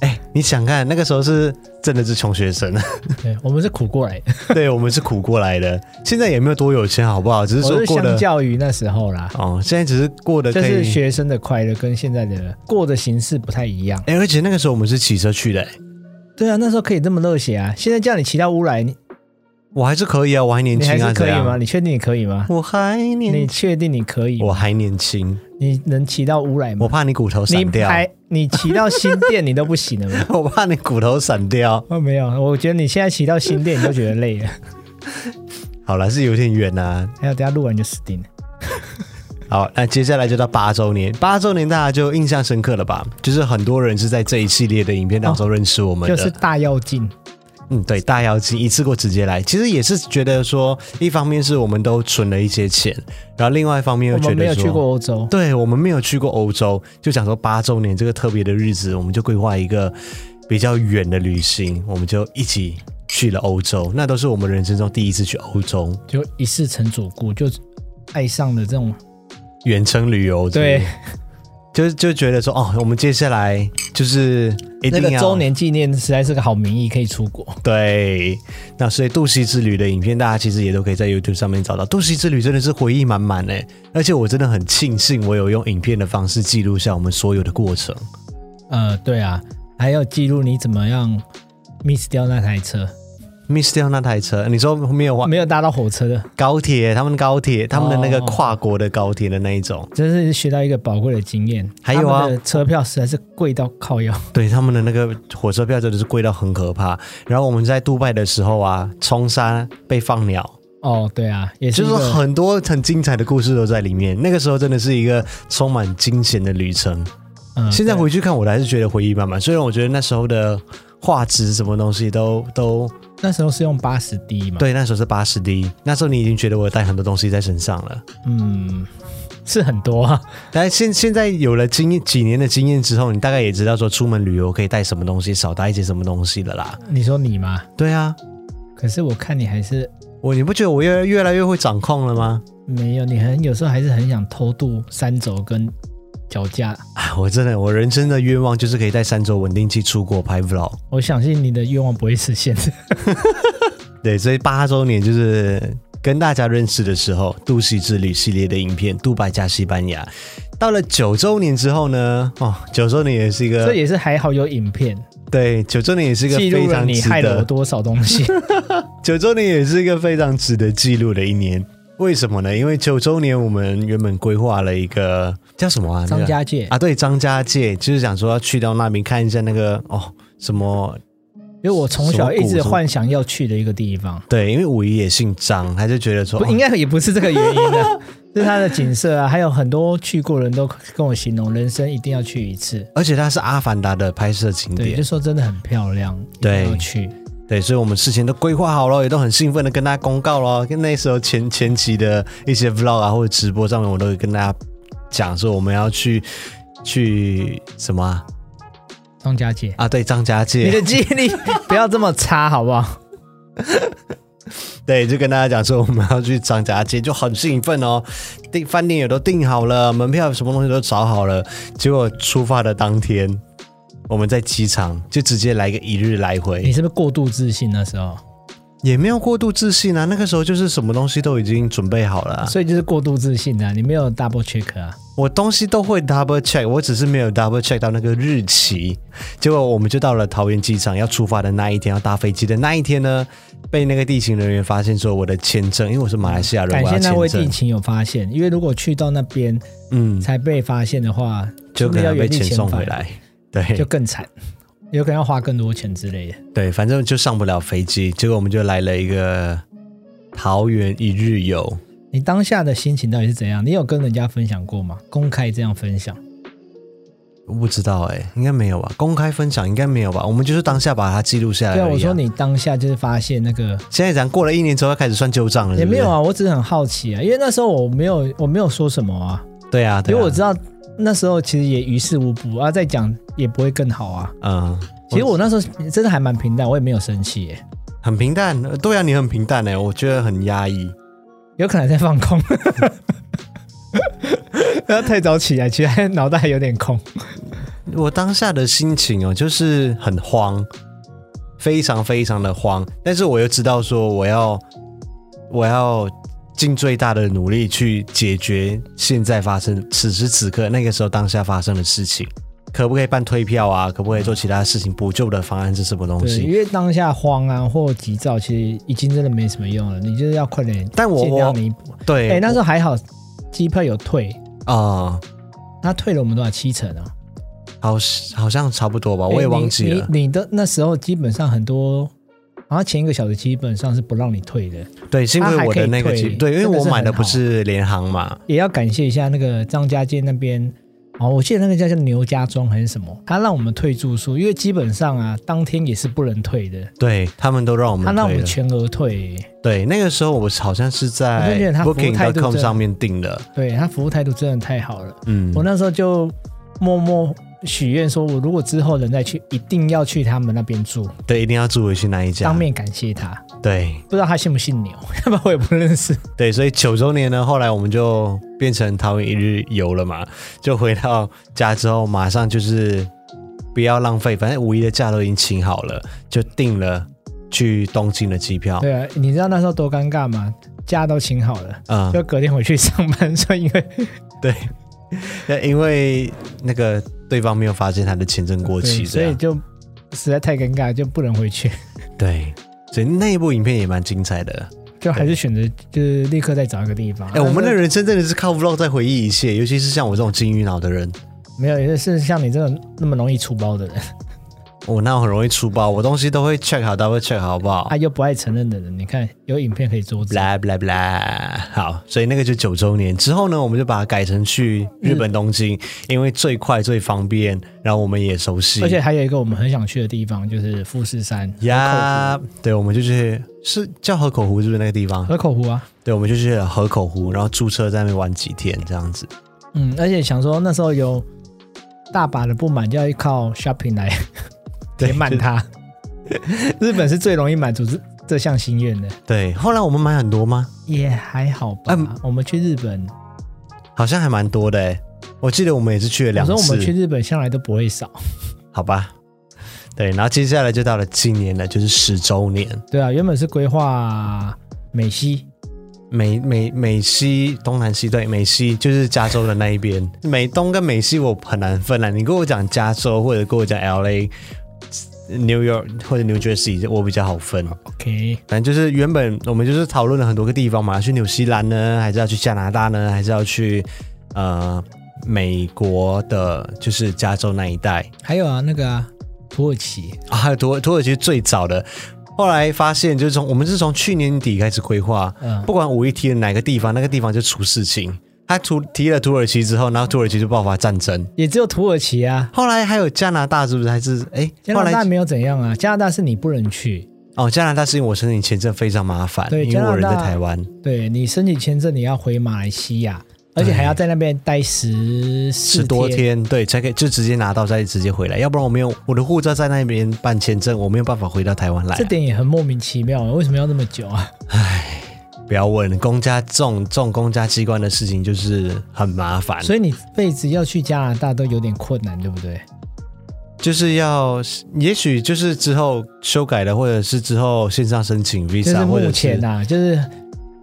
Speaker 1: 哎、你想看那个时候是真的是穷学 生，
Speaker 2: 对，我们是苦过来的，
Speaker 1: 对我们是苦过来的，现在也没有多有钱，好不好？只是
Speaker 2: 我
Speaker 1: 说
Speaker 2: 是
Speaker 1: 过
Speaker 2: 相
Speaker 1: 得
Speaker 2: 较于那时候啦，
Speaker 1: 哦，现在只是过得
Speaker 2: 就
Speaker 1: 可以
Speaker 2: 是。学生的快乐跟现在的过的形式不太一样。
Speaker 1: 哎、而且那个时候我们是骑车去的、哎
Speaker 2: 对啊，那时候可以这么热血啊，现在叫你骑到乌来，你
Speaker 1: 我还是可以啊，我还年
Speaker 2: 你
Speaker 1: 轻
Speaker 2: 还
Speaker 1: 啊，
Speaker 2: 是可以
Speaker 1: 怎样
Speaker 2: 吗？？你确定你可以吗？
Speaker 1: 我还
Speaker 2: 你
Speaker 1: 年，
Speaker 2: 确定你可以吗？
Speaker 1: 我还年轻，
Speaker 2: 你能骑到乌来吗
Speaker 1: 我？怕你骨头
Speaker 2: 你
Speaker 1: 散掉，
Speaker 2: 还你骑到新店你都不行了吗？
Speaker 1: 我怕你骨头散掉。
Speaker 2: 哦，没有，我觉得你现在骑到新店你都觉得累 了，
Speaker 1: 好了，是有点远啊。
Speaker 2: 还有等下录完就死定了。
Speaker 1: 好，那接下来就到八周年，八周年大家就印象深刻了吧？就是很多人是在这一系列的影片当中认识我们的，
Speaker 2: 哦就是大跃进，
Speaker 1: 嗯，对，大妖精一次过直接来，其实也是觉得说，一方面是我们都存了一些钱，然后另外一方面又
Speaker 2: 我
Speaker 1: 觉
Speaker 2: 们
Speaker 1: 得
Speaker 2: 没有
Speaker 1: 说
Speaker 2: 去过欧洲，
Speaker 1: 对我们没有去过欧洲，就想说八周年这个特别的日子，我们就规划一个比较远的旅行，我们就一起去了欧洲，那都是我们人生中第一次去欧洲
Speaker 2: 就一世成主顾，就爱上了这种
Speaker 1: 远程旅游，
Speaker 2: 对，
Speaker 1: 就就觉得说哦，我们接下来就是一
Speaker 2: 那
Speaker 1: 定
Speaker 2: 个
Speaker 1: 要
Speaker 2: 周年纪念实在是个好名义，可以出国。
Speaker 1: 对，那所以杜西之旅的影片，大家其实也都可以在 YouTube 上面找到。杜西之旅真的是回忆满满哎，而且我真的很庆幸我有用影片的方式记录下我们所有的过程。
Speaker 2: 呃，对啊，还要记录你怎么样 miss 掉那台车，
Speaker 1: miss 掉那台车，你说没有啊？
Speaker 2: 没有搭到火车的，
Speaker 1: 高铁，他们高铁，他们的那个
Speaker 2: 哦
Speaker 1: 跨国的高铁的那一种，
Speaker 2: 真是学到一个宝贵的经验。
Speaker 1: 还有啊
Speaker 2: 他们的车票实在是贵到靠腰。
Speaker 1: 对他们的那个火车票真的是贵到很可怕。然后我们在杜拜的时候啊，冲沙被放鸟，
Speaker 2: 哦，对啊，也是
Speaker 1: 就是
Speaker 2: 一个
Speaker 1: 很多很精彩的故事都在里面。那个时候真的是一个充满惊险的旅程。
Speaker 2: 嗯
Speaker 1: 现在
Speaker 2: 对
Speaker 1: 回去看，我还是觉得回忆满满。虽然我觉得那时候的画质什么东西都都
Speaker 2: 那时候是用八十 D 嘛，，
Speaker 1: 对，那时候是八十 D，那时候你已经觉得我带很多东西在身上了。
Speaker 2: 嗯，是很多啊。
Speaker 1: 但现现在有了经验几年的经验之后，你大概也知道说出门旅游可以带什么东西，少带一些什么东西了啦。
Speaker 2: 你说你嘛，
Speaker 1: 对啊，
Speaker 2: 可是我看你还是
Speaker 1: 我你不觉得我越越来越会掌控了吗？
Speaker 2: 没有，你很有时候还是很想偷渡三轴跟脚架。
Speaker 1: 啊，我真的我人生的愿望就是可以带三轴稳定器出国拍 vlog。
Speaker 2: 我相信你的愿望不会实现的。
Speaker 1: 对，所以八周年就是跟大家认识的时候，《杜西之旅》系列的影片《杜拜加西班牙》。到了九周年之后呢，哦，九周年也是一个
Speaker 2: 这也是还好有影片
Speaker 1: 对，九周年也啊是一个
Speaker 2: 记
Speaker 1: 非
Speaker 2: 录了
Speaker 1: 常
Speaker 2: 你
Speaker 1: 值
Speaker 2: 害了我
Speaker 1: 得，啊
Speaker 2: 多少 东西。
Speaker 1: 九周年也是一个非常值得记录的一年。为什么呢？因为九周年我们原本规划了一个叫什么啊？那
Speaker 2: 张
Speaker 1: 个
Speaker 2: 家界，
Speaker 1: 啊，对，张家界，就是想说要去到那边看一下那个哦什么
Speaker 2: 因为我从小一
Speaker 1: 什么
Speaker 2: 直
Speaker 1: 谷
Speaker 2: 幻想要去的一个地方，
Speaker 1: 对，因为五一也姓张，他就觉得说
Speaker 2: 不
Speaker 1: 哦
Speaker 2: 应该也不是这个原因 啊，是它的景色啊，还有很多去过的人都跟我形容，人生一定要去一次。
Speaker 1: 而且它是《阿凡达》的拍摄景
Speaker 2: 对，
Speaker 1: 点
Speaker 2: 就，说真的很漂亮，一定
Speaker 1: 对
Speaker 2: 要去。
Speaker 1: 对，所以我们事前都规划好了，也都很兴奋的跟大家公告了。跟那时候前前期的一些 vlog 啊或者直播上面，我都会跟大家讲说我们要去去什么啊？
Speaker 2: 张家界，
Speaker 1: 啊对，张家
Speaker 2: 你
Speaker 1: 界，
Speaker 2: 的记忆力 不要这么差，好不好？
Speaker 1: 对，就跟大家讲说我们要去张家界，就很兴奋哦。订饭店也都订好了，门票什么东西都找好了，结果出发的当天，我们在机场就直接来个一日来回
Speaker 2: 你，是不是过度自信那时候？
Speaker 1: 也没有过度自信啊。那个时候就是什么东西都已经准备好了啊、
Speaker 2: 所以就是过度自信啊，你没有 double check 啊。
Speaker 1: 我东西都会 double check，我只是没有 double check 到那个日期。结果我们就到了桃园机场，要出发的那一天，要搭飞机的那一天呢，被那个地勤人员发现说我的签证，因为我是马来西亚人，
Speaker 2: 感
Speaker 1: 我
Speaker 2: 谢
Speaker 1: 要
Speaker 2: 那位
Speaker 1: 签
Speaker 2: 地
Speaker 1: 证，
Speaker 2: 勤有发现，因为如果去到那边
Speaker 1: 嗯，
Speaker 2: 才被发现的话，
Speaker 1: 就可
Speaker 2: 真的要
Speaker 1: 能被
Speaker 2: 原地
Speaker 1: 遣
Speaker 2: 遣
Speaker 1: 送回
Speaker 2: 返，
Speaker 1: 来。
Speaker 2: 就
Speaker 1: 对
Speaker 2: 更惨，有可能要花更多钱之类的。
Speaker 1: 对，反正就上不了飞机。结果我们就来了一个桃园一日游。
Speaker 2: 你当下的心情到底是怎样？你有跟人家分享过吗？公开这样分享，
Speaker 1: 我不知道哎、应该没有吧？公开分享应该没有吧？我们就是当下把它记录下来而已
Speaker 2: 对
Speaker 1: 啊、
Speaker 2: 啊，我说你当下就是发现那个
Speaker 1: 现在咱过了一年之后要开始算旧账了，
Speaker 2: 也
Speaker 1: 是不
Speaker 2: 没
Speaker 1: 是
Speaker 2: 有啊，我只是很好奇啊，因为那时候我没有我没有说什么啊，
Speaker 1: 对啊，对
Speaker 2: 因
Speaker 1: 啊，
Speaker 2: 为我知道那时候其实也于事无补啊，再讲也不会更好啊。
Speaker 1: 嗯，
Speaker 2: 其实我那时候真的还蛮平淡，我也没有生气耶，
Speaker 1: 很平淡，呃对啊，你很平淡哎、我觉得很压抑。
Speaker 2: 有可能在放 空。然后太早起来，其实脑袋还有点空。
Speaker 1: 我当下的心情哦，就是很慌，非常非常的慌，但是我又知道说我要我要尽最大的努力去解决现在发生此时此刻那个时候当下发生的事情。可不可以办退票啊？可不可以做其他事情？补救的方案是什么东
Speaker 2: 对，因
Speaker 1: 西？
Speaker 2: 为当下慌啊或急躁，其实已经真的没什么用了，你就是要快点
Speaker 1: 但我
Speaker 2: 尽量
Speaker 1: 我
Speaker 2: 弥补。
Speaker 1: 对，
Speaker 2: 哎、那时候还好，机票有退，
Speaker 1: 啊、
Speaker 2: 那退了我们多少七成啊？
Speaker 1: 好好像差不多吧，哦我也
Speaker 2: 哎
Speaker 1: 忘记了。
Speaker 2: 你你你的那时候基本上很多，好像前一个小时基本上是不让你退的，
Speaker 1: 对，是因
Speaker 2: 它
Speaker 1: 为
Speaker 2: 还
Speaker 1: 我
Speaker 2: 可
Speaker 1: 的
Speaker 2: 以
Speaker 1: 那个
Speaker 2: 退
Speaker 1: 机，对，因为
Speaker 2: 真的
Speaker 1: 我
Speaker 2: 是
Speaker 1: 买的
Speaker 2: 很
Speaker 1: 不
Speaker 2: 好
Speaker 1: 是联航嘛，
Speaker 2: 也要感谢一下那个张家界那边。哦，我记得那个叫叫牛家庄还是什么，他让我们退住宿，因为基本上啊，当天也是不能退的，
Speaker 1: 对他们都让我们
Speaker 2: 他啊让我
Speaker 1: 退了
Speaker 2: 们全额退、
Speaker 1: 对，那个时候我好像是
Speaker 2: 我真
Speaker 1: 在
Speaker 2: 觉得他服务态度
Speaker 1: Booking.com
Speaker 2: 真的
Speaker 1: 上面订的，
Speaker 2: 对他服务态度真的太好了。
Speaker 1: 嗯
Speaker 2: 我，那时候就默默许愿说，我如果之后能再去，一定要去他们那边住，
Speaker 1: 对，一定要住回去那一家。
Speaker 2: 当面感谢他。
Speaker 1: 对
Speaker 2: 不知道他姓不姓牛， 要不然我也不认识。
Speaker 1: 对，所以九周年呢，后来我们就变成桃园一日游了嘛，就回到家之后，马上就是不要浪费，反正五一的假都已经请好了，就订了去东京的机票。
Speaker 2: 对啊，你知道那时候多尴尬吗？假都请好了，
Speaker 1: 嗯，
Speaker 2: 就隔天回去上班，说因为
Speaker 1: 对，那因为那个对方没有发现他的签证过期，
Speaker 2: 对所
Speaker 1: 这
Speaker 2: 以
Speaker 1: 样
Speaker 2: 就实在太尴尬，就不能回去，
Speaker 1: 对，所以那一部影片也蛮精彩的。
Speaker 2: 就还是选择就是立刻再找一个地方。
Speaker 1: 哎、我们
Speaker 2: 但
Speaker 1: 的
Speaker 2: 是
Speaker 1: 人生真的是靠 vlog 在回忆一切，尤其是像我这种金鱼脑的人，
Speaker 2: 没有，也是像你这种那么容易出包的人，
Speaker 1: 我那很容易出包，我东西都会 check 好，double check 好不好
Speaker 2: 啊，又不爱承认的人，你看有影片可以佐证。
Speaker 1: ？blah blah blah，好，所以那个就九周年之后呢，我们就把它改成去日本东京，因为最快最方便，然后我们也熟悉，
Speaker 2: 而且还有一个我们很想去的地方，就是富士山
Speaker 1: 呀对，我们就去是叫河口湖是不是那个地方？
Speaker 2: 河口湖啊。
Speaker 1: 对，我们就去了河口湖，然后租车在那边玩几天这样子。
Speaker 2: 嗯，而且想说那时候有大把的不满，就要靠 shopping 来
Speaker 1: 对
Speaker 2: 填满 它。日本是最容易满足这这项心愿的，
Speaker 1: 对，后来我们买很多吗？
Speaker 2: 也还好吧。
Speaker 1: 嗯
Speaker 2: 我们去日本，
Speaker 1: 好像还蛮多欸的诶、我记得我们也是去了
Speaker 2: 我
Speaker 1: 两次。
Speaker 2: 说我们去日本向来都不会少，
Speaker 1: 好吧。对，然后接下来就到了今年了，就是十周年，
Speaker 2: 对啊，原本是规划美西，
Speaker 1: 美美美西东南西对，美西就是加州的那一边，美东跟美西我很难分了。啊你跟我讲加州，或者跟我讲 L A、New York 或者 New Jersey，我比较好分。
Speaker 2: OK，
Speaker 1: 反正就是原本我们就是讨论了很多个地方嘛，去纽西兰呢，还是要去加拿大呢，还是要去呃美国的，就是加州那一带
Speaker 2: 还有啊那个啊土耳其，
Speaker 1: 啊， 还有土土耳其最早的。后来发现，就是从我们是从去年底开始规划，
Speaker 2: 嗯，
Speaker 1: 不管五一提了哪个地方，那个地方就出事情。他土提了土耳其之后，然后土耳其就爆发战争。
Speaker 2: 也只有土耳其啊，
Speaker 1: 后来还有加拿大，是不是？还是哎，
Speaker 2: 加
Speaker 1: 后
Speaker 2: 拿大
Speaker 1: 来
Speaker 2: 没有怎样啊，加拿大是你不能去，
Speaker 1: 哦，加拿大是因为我申请签证非常麻烦，
Speaker 2: 对
Speaker 1: 因为我人
Speaker 2: 加
Speaker 1: 在
Speaker 2: 拿大
Speaker 1: 台湾，
Speaker 2: 对你申请签证你要回马来西亚，而且还要在那边待十
Speaker 1: 十
Speaker 2: 四
Speaker 1: 多，天，对，才可以就直接拿到，再直接回来。要不然我没有我的护照在那边办签证，我没有办法回到台湾来啊
Speaker 2: 这。点也很莫名其妙啊，为什么要那么久 啊？
Speaker 1: 不要问公家这种这种公家机关的事情，就是很麻烦，
Speaker 2: 所以你辈子要去加拿大都有点困难，对不对？
Speaker 1: 就是要也许就是之后修改了，或者是之后线上申请
Speaker 2: 就是
Speaker 1: visa，或者是
Speaker 2: 目前啊，就是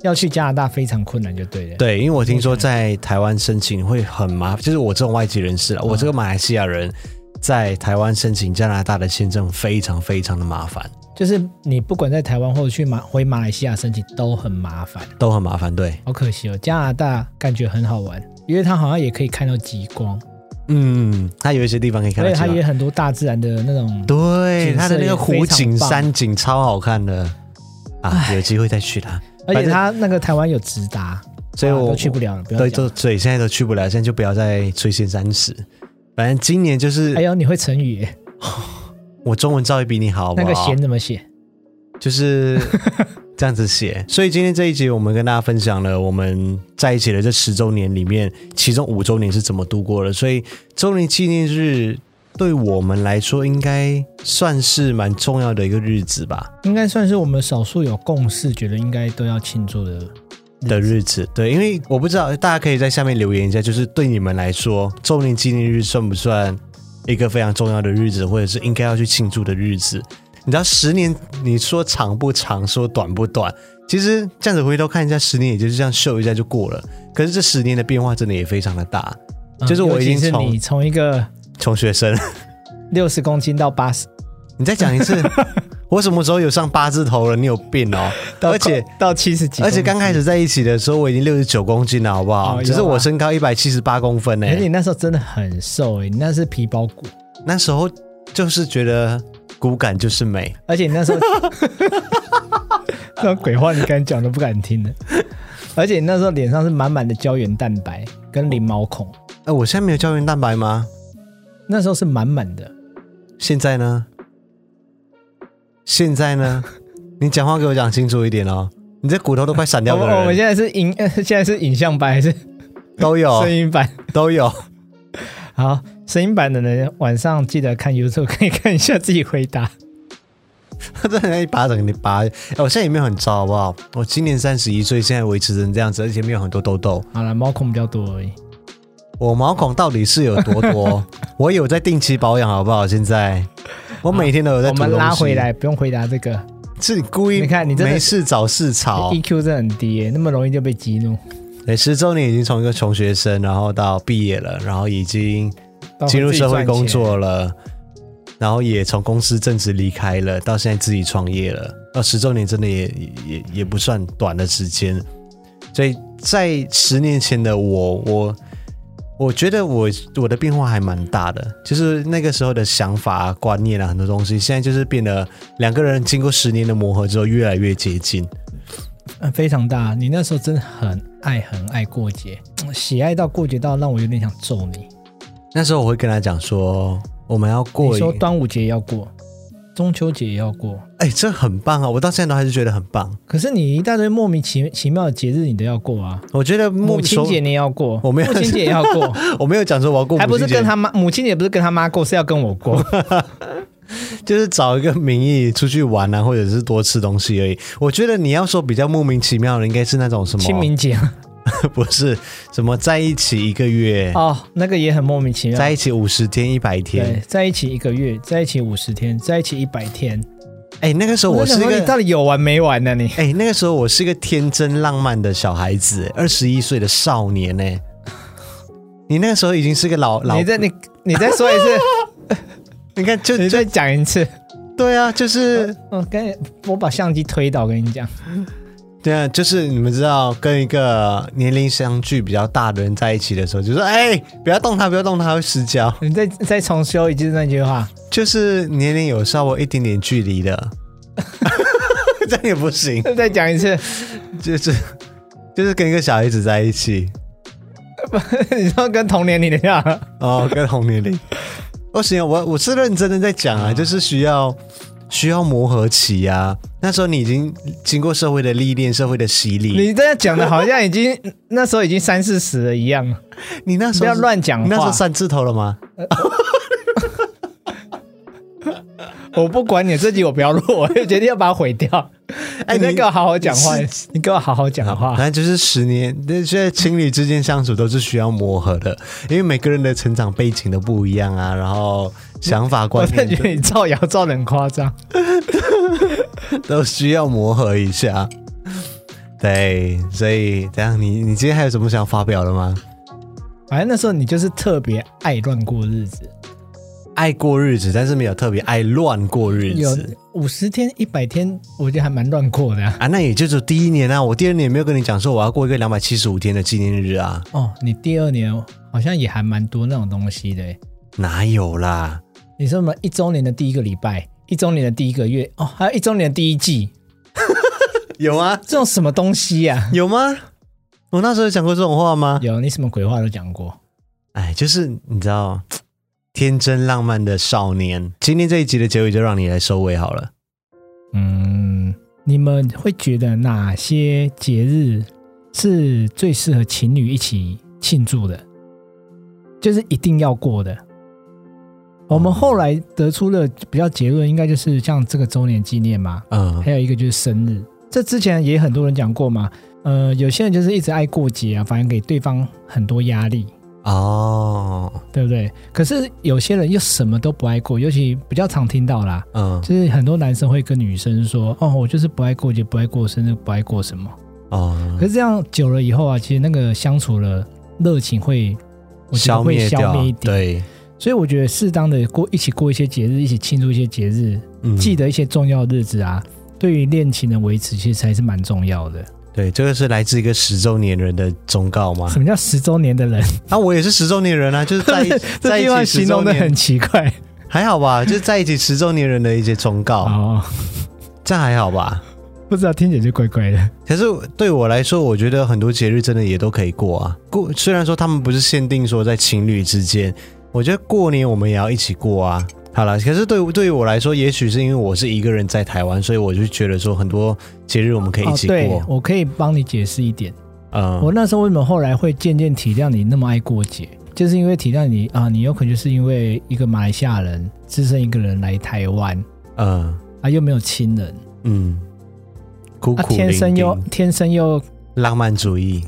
Speaker 2: 要去加拿大非常困难，就对了。
Speaker 1: 对，因为我听说在台湾申请会很麻烦，就是我这种外籍人士
Speaker 2: 嗯
Speaker 1: 啊，我这个马来西亚人在台湾申请加拿大的签证非常非常的麻烦，
Speaker 2: 就是你不管在台湾或者去马回马来西亚申请都很麻烦，
Speaker 1: 都很麻烦。对，
Speaker 2: 好可惜哦。加拿大感觉很好玩，因为它好像也可以看到极光，
Speaker 1: 嗯，它有一些地方可以看
Speaker 2: 而
Speaker 1: 得
Speaker 2: 且它
Speaker 1: 到
Speaker 2: 也。有很多大自然的那种。
Speaker 1: 对，
Speaker 2: 景色
Speaker 1: 它的那个
Speaker 2: 也
Speaker 1: 湖
Speaker 2: 非常
Speaker 1: 景、
Speaker 2: 棒
Speaker 1: 山景超好看的啊，有机会再去啦。
Speaker 2: 而
Speaker 1: 反
Speaker 2: 且
Speaker 1: 正
Speaker 2: 它那个台湾有直达，
Speaker 1: 所以
Speaker 2: 啊
Speaker 1: 我
Speaker 2: 都去不了了。不要
Speaker 1: 对，
Speaker 2: 讲
Speaker 1: 都
Speaker 2: 了。
Speaker 1: 对，现在都去不了，现在就不要再垂涎三尺。反正今年就是、
Speaker 2: 哎呦，你会成语耶？
Speaker 1: 我中文造诣比你好好不
Speaker 2: 那
Speaker 1: 好，
Speaker 2: 个弦怎么写？
Speaker 1: 就是这样子 写。所以今天这一集，我们跟大家分享了我们在一起的这十周年里面，其中五周年是怎么度过的。所以周年纪念日对我们来说，应该算是蛮重要的一个日子吧
Speaker 2: 应该算是我们少数有共识，觉得应该都要庆祝的。
Speaker 1: 的日子。对，因为我不知道大家可以在下面留言一下，就是对你们来说，周年纪念日算不算一个非常重要的日子，或者是应该要去庆祝的日子？你知道十年，你说长不长，说短不短，其实这样子回头看一下，十年也就是这样秀一下就过了。可是这十年的变化真的也非常的大，
Speaker 2: 嗯
Speaker 1: 就是我已经
Speaker 2: 尤其是
Speaker 1: 从
Speaker 2: 你从一个
Speaker 1: 从学生，
Speaker 2: 六十公斤到八十，
Speaker 1: 你再讲一 次，我什么时候有上八字头了？你有病哦！
Speaker 2: 到
Speaker 1: 而且
Speaker 2: 到七十几，
Speaker 1: 而且刚开
Speaker 2: 始。
Speaker 1: 始在一起的时候，我已经六十九公斤了，好不好？
Speaker 2: 哦
Speaker 1: 只是
Speaker 2: 有啊
Speaker 1: 我身高一百七十八公分呢、
Speaker 2: 而哎且你那时候真的很瘦诶、你那是皮包骨，
Speaker 1: 那时候就是觉得骨感就是美，
Speaker 2: 而且你 那时候那种鬼话你敢讲都不敢听的，而且你那时候脸上是满满的胶原蛋白跟零毛孔，
Speaker 1: 哎、我现在没有胶原蛋白吗？
Speaker 2: 那时候是满满的。
Speaker 1: 现在呢？现在 呢？你讲话给我讲清楚一点哦！你这骨头都快散
Speaker 2: 我
Speaker 1: 掉
Speaker 2: 们
Speaker 1: 了，
Speaker 2: 哦我们现在是影，呃现在是影像版还是
Speaker 1: 都有
Speaker 2: 声音版？
Speaker 1: 都有。
Speaker 2: 好，声音版的人晚上记得看 YouTube，可以看一下自己回答。
Speaker 1: 他真的一巴掌给你拔、哎，我现在也没有很糟，好不好？我今年三十一岁，现在维持成这样子，而且没有很多痘痘。
Speaker 2: 好了，毛孔比较多而已。
Speaker 1: 我毛孔到底是有多 多？我有在定期保养，好不好？现在我每天都有在
Speaker 2: 我
Speaker 1: 涂东
Speaker 2: 们
Speaker 1: 西。
Speaker 2: 拉回，来，不用回答这个。
Speaker 1: 是你故意？
Speaker 2: 你看你真的
Speaker 1: 没事找事吵。
Speaker 2: EQ 真的很低耶、那么容易就被激怒。
Speaker 1: 对，十周年已经从一个穷学生，然后到毕业了，然后已经
Speaker 2: 到
Speaker 1: 进入
Speaker 2: 自己
Speaker 1: 社会
Speaker 2: 赚
Speaker 1: 工
Speaker 2: 钱
Speaker 1: 作了，然后也从公司正职离开了，到现在自己创业了。那十周年真的也也也也不算短的时间，所以在十年前的我，我我觉得我我的变化还蛮大的，就是那个时候的想法、观念啊，很多东西，现在就是变得两个人经过十年的磨合之后，越来越接近。
Speaker 2: 嗯，非常大。你那时候真的很爱很爱过节，嗯喜爱到过节到让我有点想揍你。
Speaker 1: 那时候我会跟他讲说，我们要过
Speaker 2: 你说
Speaker 1: 一
Speaker 2: 端午节也要过，中秋节也要过，
Speaker 1: 哎、这很棒啊！我到现在都还是觉得很棒。
Speaker 2: 可是你一大堆莫名其其妙的节日你都要过啊。
Speaker 1: 我觉得
Speaker 2: 母亲节
Speaker 1: 说，
Speaker 2: 你也要过，
Speaker 1: 我没有
Speaker 2: 父亲节也要过，
Speaker 1: 我没有讲说我要过
Speaker 2: 还
Speaker 1: 母
Speaker 2: 不
Speaker 1: 亲
Speaker 2: 是
Speaker 1: 节
Speaker 2: 跟，他妈母亲节不是跟他妈过，是要跟我 过。
Speaker 1: 就是找一个名义出去玩啊，或者是多吃东西而已。我觉得你要说比较莫名其妙的，应该是那种什么
Speaker 2: 清明节
Speaker 1: 不是什么在一起一个月，
Speaker 2: 哦，那个也很莫名其
Speaker 1: 哎
Speaker 2: 妙。
Speaker 1: 在一起五十天、一百
Speaker 2: 对，
Speaker 1: 天。
Speaker 2: 在一起一个月，在一起五十天，在一起一百天。
Speaker 1: 哎，那个时候
Speaker 2: 我
Speaker 1: 我
Speaker 2: 在
Speaker 1: 是
Speaker 2: 想
Speaker 1: 一
Speaker 2: 说你
Speaker 1: 个
Speaker 2: 到底有完没完呢、你
Speaker 1: 哎、那个时候我是一个天真浪漫的小孩子，二十一岁的少年呢、你那个时候已经是个老老
Speaker 2: 你，再你你再说一次，
Speaker 1: 你看就
Speaker 2: 你呃
Speaker 1: 就
Speaker 2: 再讲一次。
Speaker 1: 对啊，就是
Speaker 2: 我跟你我把相机推倒，跟你讲。
Speaker 1: 对啊，就是你们知道，跟一个年龄相距比较大的人在一起的时候，就说哎、不要动他，不要动他，会失焦。
Speaker 2: 你再再重修一次那句话。
Speaker 1: 就是年龄有稍微一点点距离 的， 这样也不行，
Speaker 2: 再讲一次，
Speaker 1: 就是就是跟一个小孩子在一起，
Speaker 2: 你说跟同年龄的样，
Speaker 1: 哦，跟同年 龄。不行，我我是认真的在讲啊，就是需要需要磨合期啊。那时候你已经经过社会的历练、社会的洗礼，你
Speaker 2: 你这样讲的好像已经那时候已经三四十了一样。
Speaker 1: 你那时候
Speaker 2: 不要
Speaker 1: 是
Speaker 2: 乱讲
Speaker 1: 你那时候
Speaker 2: 话
Speaker 1: 三字头了吗？
Speaker 2: 我不管你这集，我不要录，我就决定要把它毁掉。
Speaker 1: 哎
Speaker 2: 哎，你再
Speaker 1: 你
Speaker 2: 给我好好讲话，你给我好好讲话
Speaker 1: 反。正就是十年，那现在情侣之间相处都是需要磨合的，因为每个人的成长背景都不一样啊，然后想法
Speaker 2: 我
Speaker 1: 观
Speaker 2: 真
Speaker 1: 念
Speaker 2: 的觉得你造谣造的很夸张。
Speaker 1: 都 需要磨合一下。对，所以怎样？你你今天还有什么想发表的吗？
Speaker 2: 反正那时候你就是特别爱乱过日子，
Speaker 1: 爱过日子，但是没有特别爱乱过日
Speaker 2: 有
Speaker 1: 子
Speaker 2: 五十天、一百天，我觉得还蛮乱过的啊、
Speaker 1: 啊。那也就是第一年啊，我第二年没有跟你讲说我要过一个两百七十五天的纪念日啊，
Speaker 2: 哦，你第二年好像也还蛮多那种东西的欸。
Speaker 1: 哪有啦？
Speaker 2: 你说什么一周年的第一个礼拜，一周年的第一个月，哦，还有一周年的第一季，
Speaker 1: 有吗？
Speaker 2: 这种什么东西呀、
Speaker 1: 有吗？我那时候有讲过这种话吗？
Speaker 2: 有你什么鬼话都讲过。
Speaker 1: 哎，就是你知道，天真浪漫的少年。今天这一集的结尾就让你来收尾好了。
Speaker 2: 嗯，你们会觉得哪些节日是最适合情侣一起庆祝的？就是一定要过的。我们后来得出的比较结论，应该就是像这个周年纪念嘛，
Speaker 1: 嗯，
Speaker 2: 还有一个就是生日。这之前也很多人讲过嘛，呃，有些人就是一直爱过节啊，反而给对方很多压力，
Speaker 1: 哦，
Speaker 2: 对不对？可是有些人又什么都不爱过，尤其比较常听到啦，
Speaker 1: 嗯，
Speaker 2: 就是很多男生会跟女生说：“哦，我就是不爱过节，不爱过生日，不爱过什么。”
Speaker 1: 哦
Speaker 2: 可，是这样久了以后啊，其实那个相处的热情会，我觉得
Speaker 1: 消
Speaker 2: 会
Speaker 1: 灭
Speaker 2: 消
Speaker 1: 掉
Speaker 2: 灭一，点。
Speaker 1: 对，
Speaker 2: 所以我觉得适当的过一起过一些节日，一起庆祝一些节日，
Speaker 1: 嗯
Speaker 2: 记得一些重要的日子啊，对于恋情的维持其实还是蛮重要的。
Speaker 1: 对，这个是来自一个十周年人的忠告吗
Speaker 2: 什？么叫十周年的人？
Speaker 1: 啊，我也是十周年人啊，就是在一 在
Speaker 2: 这
Speaker 1: 一
Speaker 2: 地
Speaker 1: 起
Speaker 2: 方
Speaker 1: 十
Speaker 2: 形
Speaker 1: 周
Speaker 2: 容的
Speaker 1: 年
Speaker 2: 很，奇怪
Speaker 1: 还好吧？就是在一起十周年人的一些忠告，
Speaker 2: 哦，
Speaker 1: 这样还好吧？
Speaker 2: 不知道听起来就怪怪的。
Speaker 1: 可是对我来说，我觉得很多节日真的也都可以过啊。过虽然说他们不是限定说在情侣之间，我觉得过年我们也要一起过啊。好了，可是对对于我来说，也许是因为我是一个人在台湾，所以我就觉得说很多节日我们可以一
Speaker 2: 哦，
Speaker 1: 起
Speaker 2: 对
Speaker 1: 过。，
Speaker 2: 我可以帮你解释一点。
Speaker 1: 嗯，
Speaker 2: 我那时候为什么后来会渐渐体谅你那么爱过节，就是因为体谅你啊，你有可能就是因为一个马来西亚人只身一个人来台湾
Speaker 1: 嗯
Speaker 2: 啊，又没有亲人，
Speaker 1: 嗯，苦
Speaker 2: 啊，
Speaker 1: 苦
Speaker 2: 天生
Speaker 1: 伶
Speaker 2: 又
Speaker 1: 仃
Speaker 2: 天生又
Speaker 1: 浪漫主义，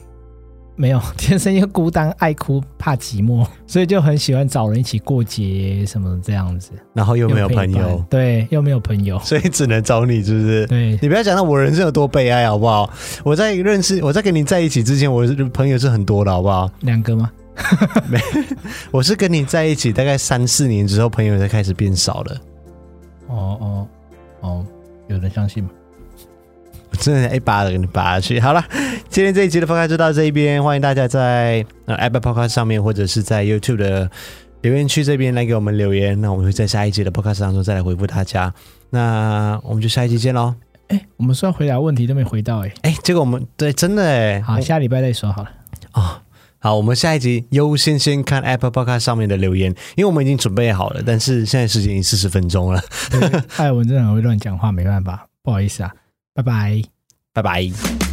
Speaker 2: 没有， 天生又孤单，爱哭怕寂寞， 所以就很喜欢找人一起过节什么这样子，
Speaker 1: 然后又没有
Speaker 2: 陪
Speaker 1: 朋友
Speaker 2: 伴，对，又没有朋友，
Speaker 1: 所以只能找你，是不是？
Speaker 2: 对，
Speaker 1: 你不要讲到我人生有多悲哀好不好？我在认识我在跟你在一起之前，我的朋友是很多的好不好？
Speaker 2: 两个吗？
Speaker 1: 我是跟你在一起大概三四年之后，朋友才开始变少了。
Speaker 2: 哦哦哦，有人相信吗？
Speaker 1: 我真的一哎巴掌给你拔下去。好了，今天这一集的 podcast 就到这一边，欢迎大家在呃 Apple Podcast 上面或者是在 YouTube 的留言区这边来给我们留言，那我们会在下一集的 podcast 当中再来回复大家。那我们就下一集见喽。
Speaker 2: 哎，我们虽然回答问题都没回到，哎，
Speaker 1: 哎、结果我们对真的哎，
Speaker 2: 好，下礼拜再说好了。
Speaker 1: 哦，好，我们下一集优先先看 Apple Podcast 上面的留言，因为我们已经准备好了，但是现在时间已经四十分钟了，
Speaker 2: 艾文真的很会乱讲话，没办法，不好意思啊，拜拜。
Speaker 1: 拜拜。